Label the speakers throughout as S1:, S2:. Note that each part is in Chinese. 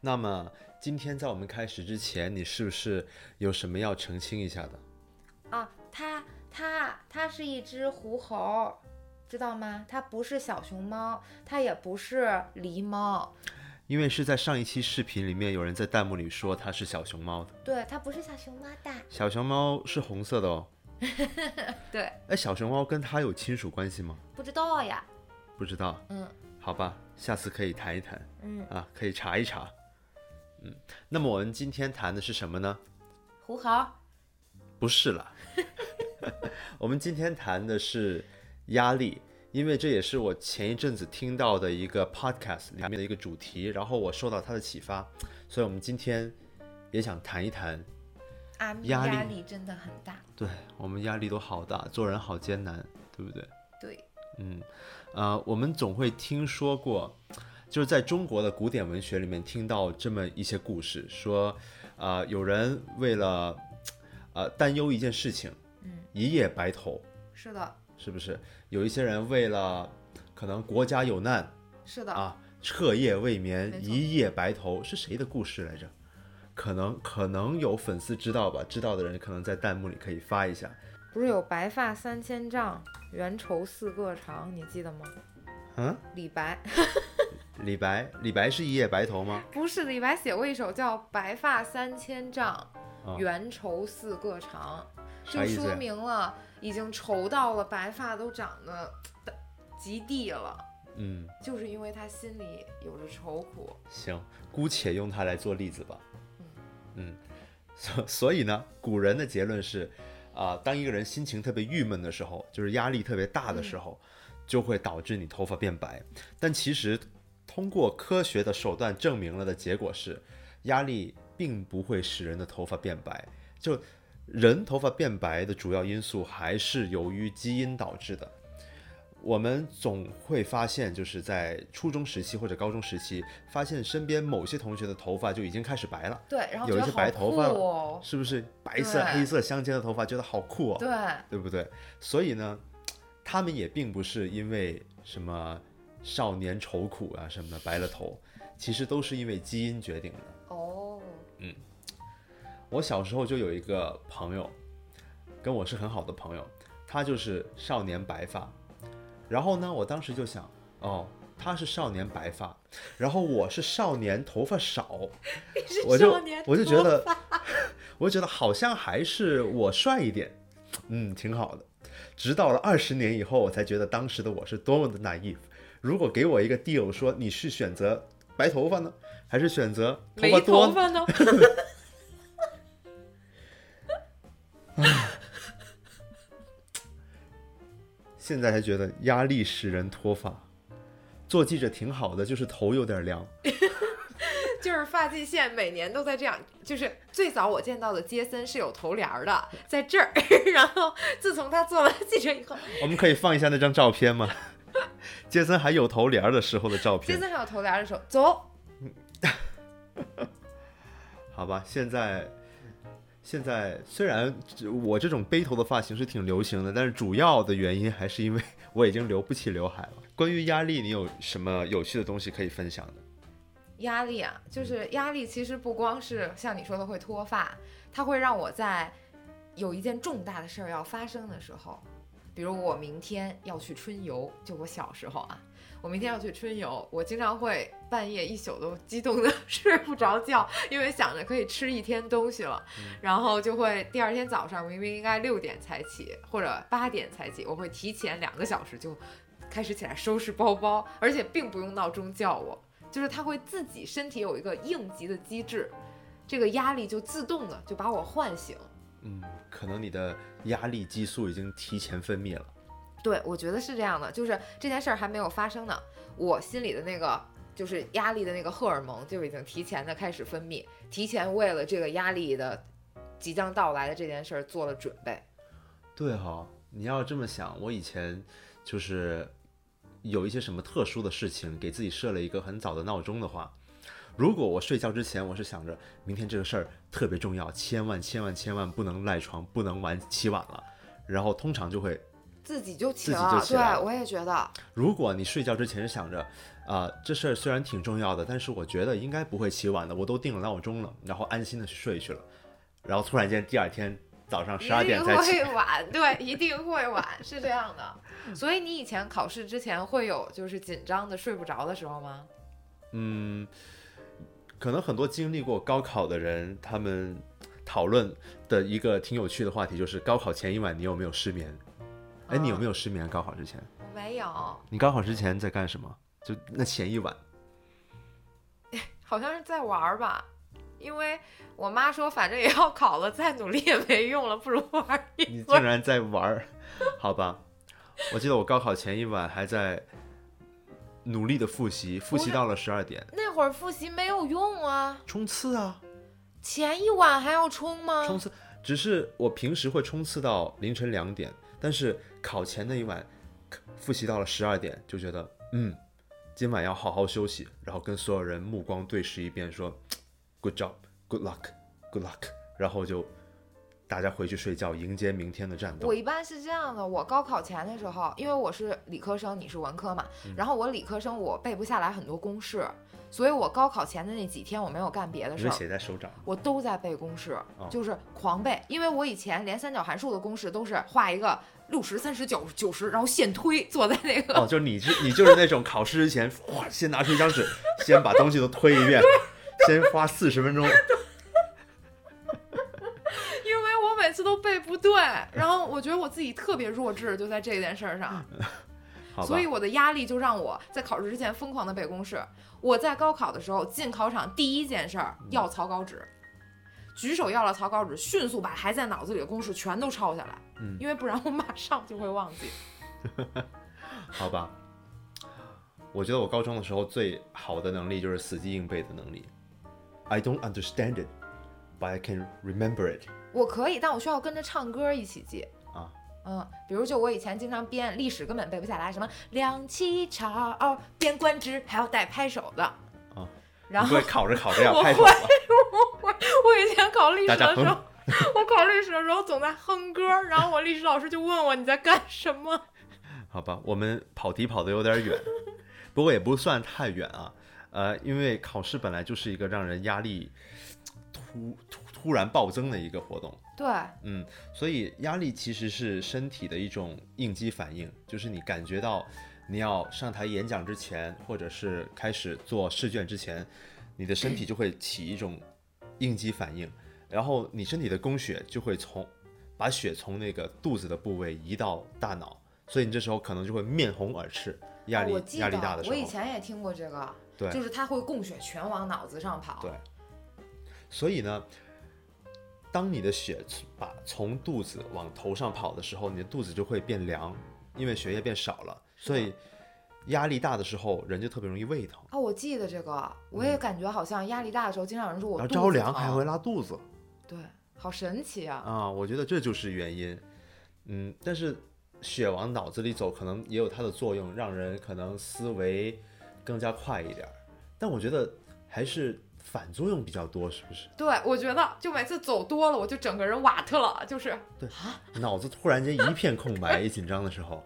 S1: 那么今天在我们开始之前，你是不是有什么要澄清一下的？
S2: 啊，它它它是一只狐猴，知道吗？它不是小熊猫，它也不是狸猫，
S1: 因为是在上一期视频里面有人在弹幕里说它是小熊猫的，
S2: 对，它不是小熊猫的。
S1: 小熊猫是红色的哦。
S2: 对，
S1: 哎，小熊猫跟它有亲属关系吗？
S2: 不知道呀。
S1: 不知道，
S2: 嗯
S1: 好吧，下次可以谈一谈
S2: 嗯，
S1: 啊，可以查一查。嗯，那么我们今天谈的是什么呢？
S2: 狐猴
S1: 不是啦， 我们今天谈的是压力，因为这也是我前一阵子听到的一个 podcast 里面的一个主题，然后我受到它的启发，所以我们今天也想谈一谈。
S2: 啊，
S1: 压力
S2: 压力真的很大。
S1: 对我们压力都好大，做人好艰难，对不对？
S2: 对，
S1: 嗯，呃，我们总会听说过，就是在中国的古典文学里面听到这么一些故事，说，呃，有人为了，呃，担忧一件事情，
S2: 嗯，
S1: 一夜白头，
S2: 是的，
S1: 是不是？有一些人为了可能国家有难
S2: 是的，
S1: 啊，彻夜未
S2: 没
S1: 眠，
S2: 错
S1: 一夜白头，是谁的故事来着？可能可能有粉丝知道吧，知道的人可能在弹幕里可以发一下。
S2: 不是有白发三千丈，缘愁似个长，你记得吗？
S1: 嗯，
S2: 李白
S1: 李白，李白是一夜白头吗？
S2: 不是李白写过一首叫《白发三千丈
S1: 啊，
S2: 缘愁似个长》，
S1: 啥
S2: 就
S1: 意思
S2: 说
S1: 呀？
S2: 明了已经愁到了白发都长得极地了，
S1: 嗯。
S2: 就是因为他心里有着愁苦。
S1: 行，姑且用它来做例子吧
S2: 嗯。
S1: 嗯，所所以呢，古人的结论是，啊、当一个人心情特别郁闷的时候，就是压力特别大的时候，就会导致你头发变白。但其实，通过科学的手段证明了的结果是，压力并不会使人的头发变白。就人头发变白的主要因素还是由于基因导致的。我们总会发现，就是在初中时期或者高中时期，发现身边某些同学的头发就已经开始白了，
S2: 对，然后
S1: 有一
S2: 觉得
S1: 些
S2: 好
S1: 白头发了
S2: 酷哦。
S1: 是不是？白色、
S2: 对
S1: 黑色相间的头发，觉得好酷哦，
S2: 对，
S1: 对不对？所以呢，他们也并不是因为什么少年愁苦啊什么的白了头，其实都是因为基因决定的。
S2: 哦，
S1: 我小时候就有一个朋友，跟我是很好的朋友，他就是少年白发。然后呢，我当时就想，哦，他是少年白发，然后我是少年头发少，我就我就觉得， 我就觉得好像还是我帅一点，嗯，挺好的。直到了二十年以后，我才觉得当时的我是多么的 naive。如果给我一个 deal 说你是选择白头发呢，还是选择头发
S2: 没
S1: 多
S2: 头
S1: 呢？
S2: 发呢？
S1: 现在才觉得压力使人脱发。做记者挺好的，就是头有点凉。
S2: 就是发际线每年都在这样，就是最早我见到的杰森是有头帘儿的，在这儿， 然后自从他做了记者以后，
S1: 我们可以放一下那张照片吗？ 杰森还有头帘儿的时候的照
S2: 杰
S1: 片。
S2: 森还有头帘儿的时候，走，
S1: 好吧，现在现在虽然我这种背头的发型是挺流行的，但是主要的原因还是因为我已经留不起刘海了。 关于压力，你有什么有趣的东西可以分享的？
S2: 压力啊，就是压力，其实不光是像你说的会脱发，它会让我在有一件重大的事儿要发生的时候，比如我明天要去春游，就我小时候啊，我明天要去春游，我经常会半夜一宿都激动的睡不着觉，因为想着可以吃一天东西了，然后就会第二天早上明明应该六点才起或者八点才起，我会提前两个小时就开始起来收拾包包，而且并不用闹钟叫我。就是它会自己身体有一个应急的机制，这个压力就自动的就把我唤醒。
S1: 嗯，可能你的压力激素已经提前分泌了。
S2: 对，我觉得是这样的，就是这件事儿还没有发生呢，我心里的那个就是压力的那个荷尔蒙就已经提前的开始分泌，提前为了这个压力的即将到来的这件事儿做了准备。
S1: 对哈、你要这么想，我以前就是有一些什么特殊的事情，给自己设了一个很早的闹钟的话，如果我睡觉之前我是想着明天这个事儿特别重要，千万千万千万不能赖床，不能玩起晚了，然后通常就会
S2: 自己就起
S1: 自己
S2: 了。
S1: 就起来了
S2: 对，我也觉得，
S1: 如果你睡觉之前想着，啊、这事儿虽然挺重要的，但是我觉得应该不会起晚的，我都定了闹钟了，然后安心的去睡去了，然后突然间第二天早上
S2: 一
S1: 十二点
S2: 定
S1: 再起，
S2: 会晚，对，一定会晚，是这样的。所以你以前考试之前会有就是紧张的睡不着的时候吗？
S1: 嗯，可能很多经历过高考的人，他们讨论的一个挺有趣的话题就是高考前一晚你有没有失眠？哎，你有没有失眠？高考之前，
S2: 我没有，
S1: 你高考之前在干什么？就那前一晚，
S2: 好像是在玩儿吧。因为我妈说，反正也要考了，再努力也没用了，不如玩儿一
S1: 你
S2: 会
S1: 竟
S2: 儿。
S1: 然在玩儿，好吧？我记得我高考前一晚还在努力的复习，复习到了十二点，
S2: 那会儿复习没有用啊，
S1: 冲刺啊，
S2: 前一晚还要冲吗？
S1: 冲刺。只是我平时会冲刺到凌晨两点，但是考前那一晚复习到了十二点，就觉得嗯，今晚要好好休息，然后跟所有人目光对视一遍，说 good job，good luck，good luck，然后就大家回去睡觉，迎接明天的战斗
S2: 我。一般是这样的，我高考前的时候，因为我是理科生，你是文科嘛，
S1: 嗯
S2: 然后我理科生我背不下来很多公式，所以我高考前的那几天我没有干别的
S1: 你
S2: 事
S1: 是
S2: 儿，
S1: 写哦在 手掌
S2: 我都在背公式，就是狂背，因为我以前连三角函数的公式都是画一个六十、三十、九、九十，然后现推，坐在那个
S1: 哦，就是你是你就是那种考试之前，哇，先拿出一张纸，先把东西都推一遍，先花四十分钟。
S2: 因为我每次都背不对，然后我觉得我自己特别弱智，就在这件事儿上，
S1: 嗯好吧
S2: 所以，我的压力就让我在考试之前疯狂的背公式。我在高考的时候进考场第一件事儿要草稿
S1: 嗯
S2: 纸，举手要了草稿纸，迅速把还在脑子里的公式全都抄下来，
S1: 嗯
S2: 因为不然我马上就会忘记。
S1: 好吧。我觉得我高中的时候最好的能力就是死记硬背的能力。I don't understand it, but I can remember it。
S2: 我可以，但我需要跟着唱歌一起记。
S1: 嗯啊，
S2: 嗯，比如就我以前经常编历史根本背不下来，什么两栖巢编官职还要带拍手的。
S1: 啊，
S2: 然
S1: 你
S2: 后
S1: 会考着考着要
S2: 我
S1: 拍手
S2: 会
S1: 吧？
S2: 我以前考历史
S1: 大家
S2: 的时候
S1: 哼，
S2: 我考历史的时候总在哼歌，然后我历史老师就问我你在干什么。
S1: 好吧，我们跑题跑得有点远，不过也不算太远啊。呃，因为考试本来就是一个让人压力突突突然暴增的一个活动。
S2: 对，
S1: 嗯，所以压力其实是身体的一种应激反应，就是你感觉到你要上台演讲之前，或者是开始做试卷之前，你的身体就会起一种应激反应，然后你身体的供血就会从把血从那个肚子的部位移到大脑，所以你这时候可能就会面红耳赤，压力
S2: 哦我记
S1: 压
S2: 得
S1: 力大的时
S2: 我以
S1: 候，
S2: 前也听过这个，
S1: 对
S2: 就是它会供血全往脑子上跑。
S1: 对所以呢。当你的血从把从肚子往头上跑的时候，你的肚子就会变凉，因为血液变少了，所以压力大的时候人就特别容易胃疼，
S2: 啊，我记得这个，我也感觉好像压力大的时候，经常有人说我
S1: 嗯然后
S2: 肚
S1: 着
S2: 子
S1: 凉
S2: 疼
S1: 还会拉肚子
S2: 对，好神奇啊！
S1: 啊，我觉得这就是原因。嗯，但是血往脑子里走可能也有它的作用，让人可能思维更加快一点儿，但我觉得还是反作用比较多，是不是？
S2: 对，我觉得就每次走多了，我就整个人瓦特了，就是
S1: 脑子突然间一片空白，一紧张的时候。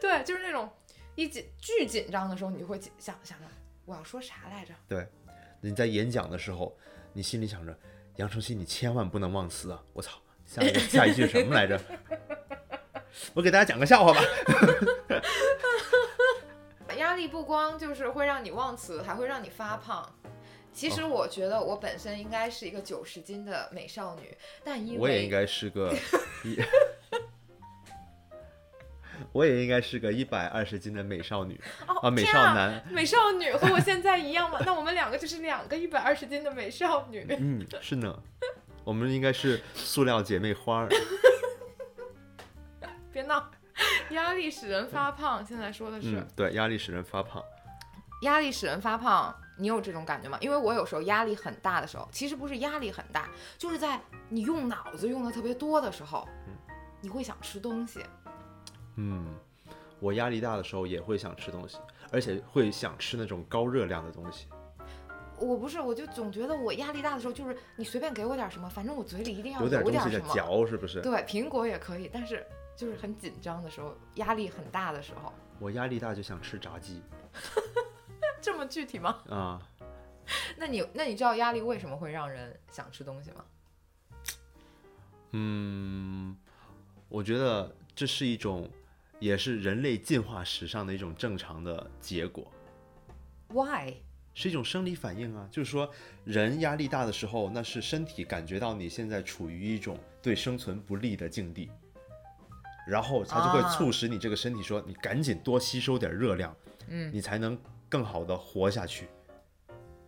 S2: 对，就是那种一紧巨紧张的时候，你就会紧想想着我要说啥来着。
S1: 对，你在演讲的时候，你心里想着杨承熙，你千万不能忘词啊！我操，下一个下一句什么来着？ 我给大家讲个笑话吧。
S2: 压力不光就是会让你忘词，还会让你发胖。其
S1: 哦
S2: 实我觉得我本身应该是一个九十斤的美少女，但 因为
S1: 我也应该是个一， 我也应该是个一百二十斤的美少女
S2: 哦
S1: 啊，美
S2: 天
S1: 少男。
S2: 美少女和我现在一样吗？ 那我们两个就是两个一百二十斤的美少女。
S1: 嗯，是呢，我们应该是塑料姐妹 花儿。
S2: 别闹，压力使人发胖。现在说的是、
S1: 嗯，对，压力使人发胖。
S2: 压力使人发胖，你有这种感觉吗？因为我有时候压力很大的时候，其实不是压力很大，就是在你用脑子用的特别多的时候，你会想吃东西。
S1: 嗯，我压力大的时候也会想吃东西，而且会想吃那种高热量的东西。
S2: 我不是，我就总觉得我压力大的时候，就是你随便给我点什么，反正我嘴里一定要
S1: 有点东西
S2: 什
S1: 在
S2: 么。
S1: 嚼，是不是？
S2: 对，苹果也可以，但是就是很紧张的时候，压力很大的时候，
S1: 我压力大就想吃炸鸡
S2: 这么具体吗？
S1: 啊，
S2: 那你那你知道压力为什么会让人想吃东西吗？
S1: 嗯，我觉得这是一种，也是人类进化史上的一种正常的结果。
S2: Why？
S1: 是一种生理反应啊，就是说，人压力大的时候，那是身体感觉到你现在处于一种对生存不利的境地，然后它就
S2: 啊
S1: 会促使你这个身体说，你赶紧多吸收点热量，
S2: 嗯，
S1: 你才能更好的活下去。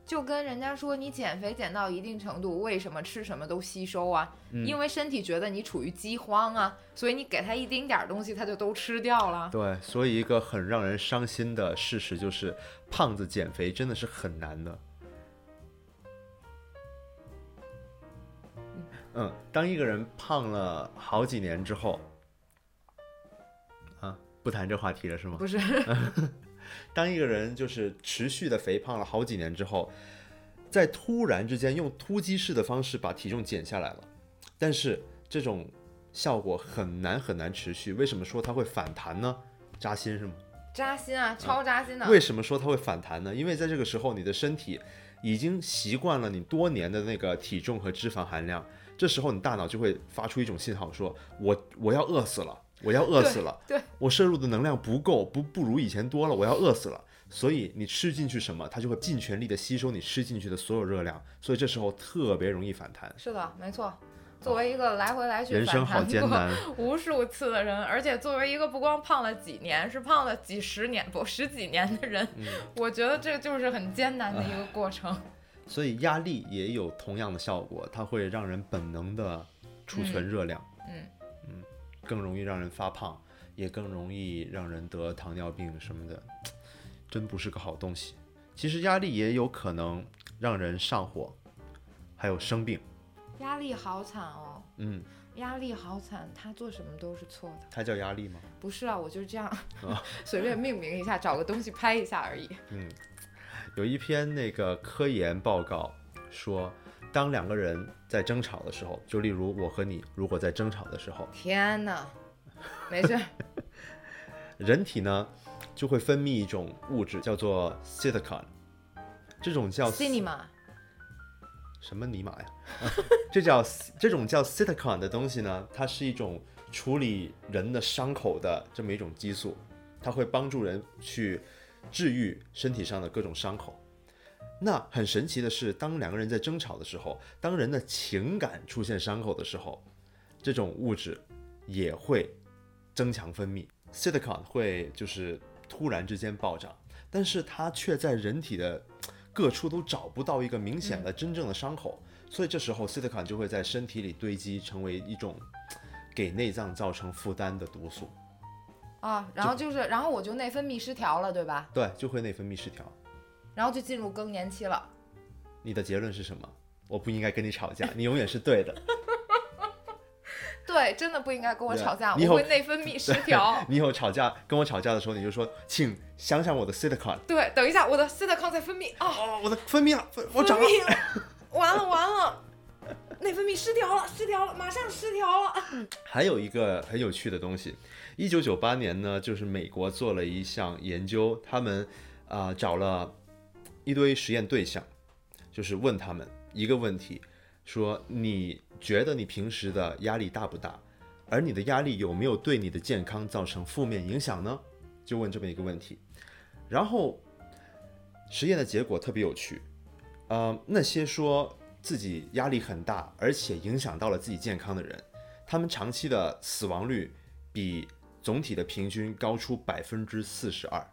S2: 就跟人家说你减肥减到一定程度，为什么吃什么都吸收啊？
S1: 嗯
S2: 因为身体觉得你处于饥荒啊，所以你给他一丁点儿东西，他就都吃掉了。
S1: 对，所以一个很让人伤心的事实就是，胖子减肥真的是很难的。嗯，当一个人胖了好几年之后，啊，不谈这话题了是吗？
S2: 不是，
S1: 当一个人就是持续的肥胖了好几年之后，在突然之间用突击式的方式把体重减下来了，但是这种效果很难很难持续。为什么说它会反弹呢？扎心是吗？
S2: 扎心啊，超扎心的。
S1: 嗯为什么说它会反弹呢？因为在这个时候，你的身体已经习惯了你多年的那个体重和脂肪含量，这时候你大脑就会发出一种信号说，我我要饿死了，我要饿死了，
S2: 对对
S1: 我摄入的能量不够，不不如以前多了，我要饿死了。所以你吃进去什么，它就会尽全力的吸收你吃进去的所有热量，所以这时候特别容易反弹。
S2: 是的，没错。作为一个来回来去
S1: 人生
S2: 反
S1: 好
S2: 弹
S1: 艰
S2: 过
S1: 难，
S2: 无数次的人，而且作为一个不光胖了几年，是胖了几十年不十几年的人，
S1: 嗯
S2: 我觉得这就是很艰难的一个过程。
S1: 所以压力也有同样的效果，它会让人本能的储存热量，
S2: 嗯嗯
S1: 嗯更容易让人发胖，也更容易让人得糖尿病什么的，真不是个好东西。其实压力也有可能让人上火，还有生病。
S2: 压力好惨哦，
S1: 嗯，
S2: 压力好惨，他做什么都是错的。
S1: 它叫压力吗？
S2: 不是啊，我就是这样，
S1: 哦
S2: 随便命名一下，找个东西拍一下而已。
S1: 嗯，有一篇那个科研报告说，当两个人在争吵的时候，就例如我和你如果在争吵的时候，
S2: 天哪，没事儿，
S1: 人体呢就会分泌一种物质，叫做 cytokine，这种叫
S2: cinema
S1: 什么尼玛呀？ 这叫这种叫 cytokine 的东西呢，它是一种处理人的伤口的这么一种激素，它会帮助人去治愈身体上的各种伤口。那很神奇的是，当两个人在争吵的时候，当人的情感出现伤口的时候，这种物质也会增强分泌，cytokine 会就是突然之间暴涨，但是它却在人体的各处都找不到一个明显的真正的伤口，所以这时候 cytokine 就会在身体里堆积，成为一种给内脏造成负担的毒素，
S2: 啊，然后就是，然后我就内分泌失调了，对吧？
S1: 对，就会内分泌失调。
S2: 然后就进入更年期了。
S1: 你的结论是什么？我不应该跟你吵架，你永远是对的。
S2: 对，真的不应该跟我
S1: 对
S2: 吵架，
S1: 你以
S2: 我
S1: 后
S2: 会内分泌失调。
S1: 你以后吵架跟我吵架的时候，你就说，请想想我的 cytokine，
S2: 对，等一下，我的 c y t o 在分泌啊，
S1: 哦，我的分泌了，分我
S2: 分
S1: 长了。
S2: 泌 了，完了完了，内分泌失调了，失调了，马上失调了。
S1: 还有一个很有趣的东西，一九九八年呢，就是美国做了一项研究，他们啊、呃找了一堆实验对象，就是问他们一个问题，说你觉得你平时的压力大不大？而你的压力有没有对你的健康造成负面影响呢？就问这么一个问题。然后实验的结果特别有趣，呃，那些说自己压力很大，而且影响到了自己健康的人。他们长期的死亡率比总体的平均高出百分之四十二。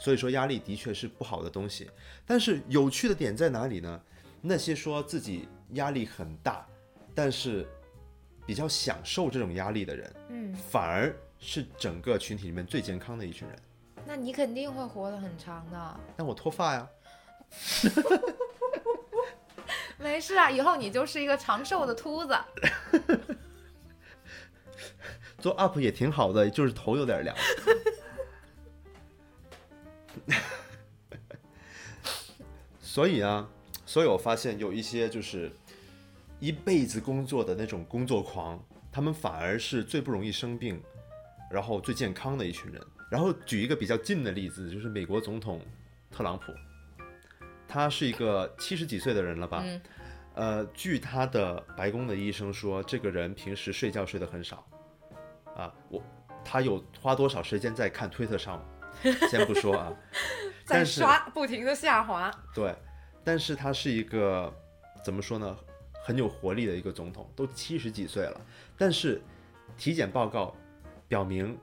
S1: 所以说，压力的确是不好的东西。但是有趣的点在哪里呢？那些说自己压力很大，但是比较享受这种压力的人，
S2: 嗯，
S1: 反而是整个群体里面最健康的一群人。
S2: 那你肯定会活得很长的。
S1: 但我脱发呀，
S2: 没事啊，以后你就是一个长寿的秃
S1: 啊
S2: 子。
S1: 做 UP 也挺好的，就是头有点凉。 所以啊，所以我发现有一些就是一辈子工作的那种工作狂，他他们反而是最不容易生病，然后最健康的一群人。然后举一个比较近的例子，就是美国总统特朗普，他是一个七十几岁的人了吧？
S2: 嗯
S1: 呃，据他的白宫的医生说，这个人平时睡觉睡得很少，啊，我他有花多少时间在看推特上，先不说啊，
S2: 在
S1: 但是
S2: 刷，不停的下滑，
S1: 对，但是他是一个怎么说呢，很有活力的一个总统，都七十几岁了。但是体检报告表明，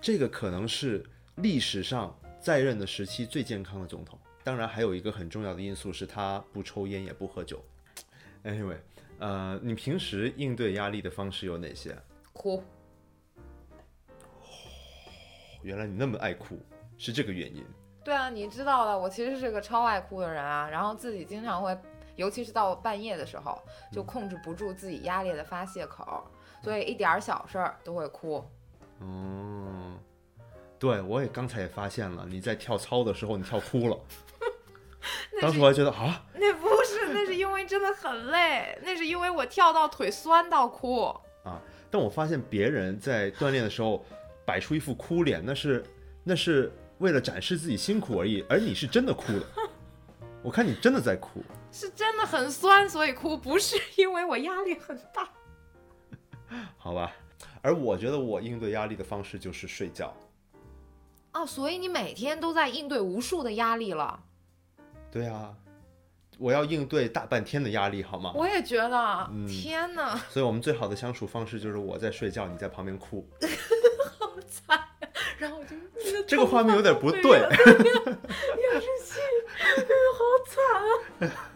S1: 这个可能是历史上在任的时期最健康的总统。当然，还有一个很重要的因素是他不抽烟也不喝酒。Anyway，呃，你平时应对压力的方式有哪些？
S2: 哭。
S1: 原来你那么爱哭，是这个原因。
S2: 对啊，你知道的，我其实是个超爱哭的人啊，然后自己经常会，尤其是到半夜的时候，就控制不住自己压力的发泄口，所以一点儿小事儿都会哭。
S1: 哦，对，我也刚才也发现了，你在跳操的时候你跳哭了，当时我还觉得啊，
S2: 那不是，那是因为真的很累，那是因为我跳到腿酸到哭。
S1: 但我发现别人在锻炼的时候摆出一副哭脸，那是那是为了展示自己辛苦而已，而你是真的哭的， 我看你真的在哭，
S2: 是真的很酸，所以哭，不是因为我压力很大。
S1: 好吧？而我觉得我应对压力的方式就是睡觉，
S2: 哦，所以你每天都在应对无数的压力了。
S1: 对啊，我要应对大半天的压力，好吗？
S2: 我也觉得，
S1: 嗯
S2: 天哪，
S1: 所以我们最好的相处方式就是我在睡觉，你在旁边哭，
S2: 然后我就
S1: 这 个画面有点不对。
S2: 哎也是戏，好惨啊！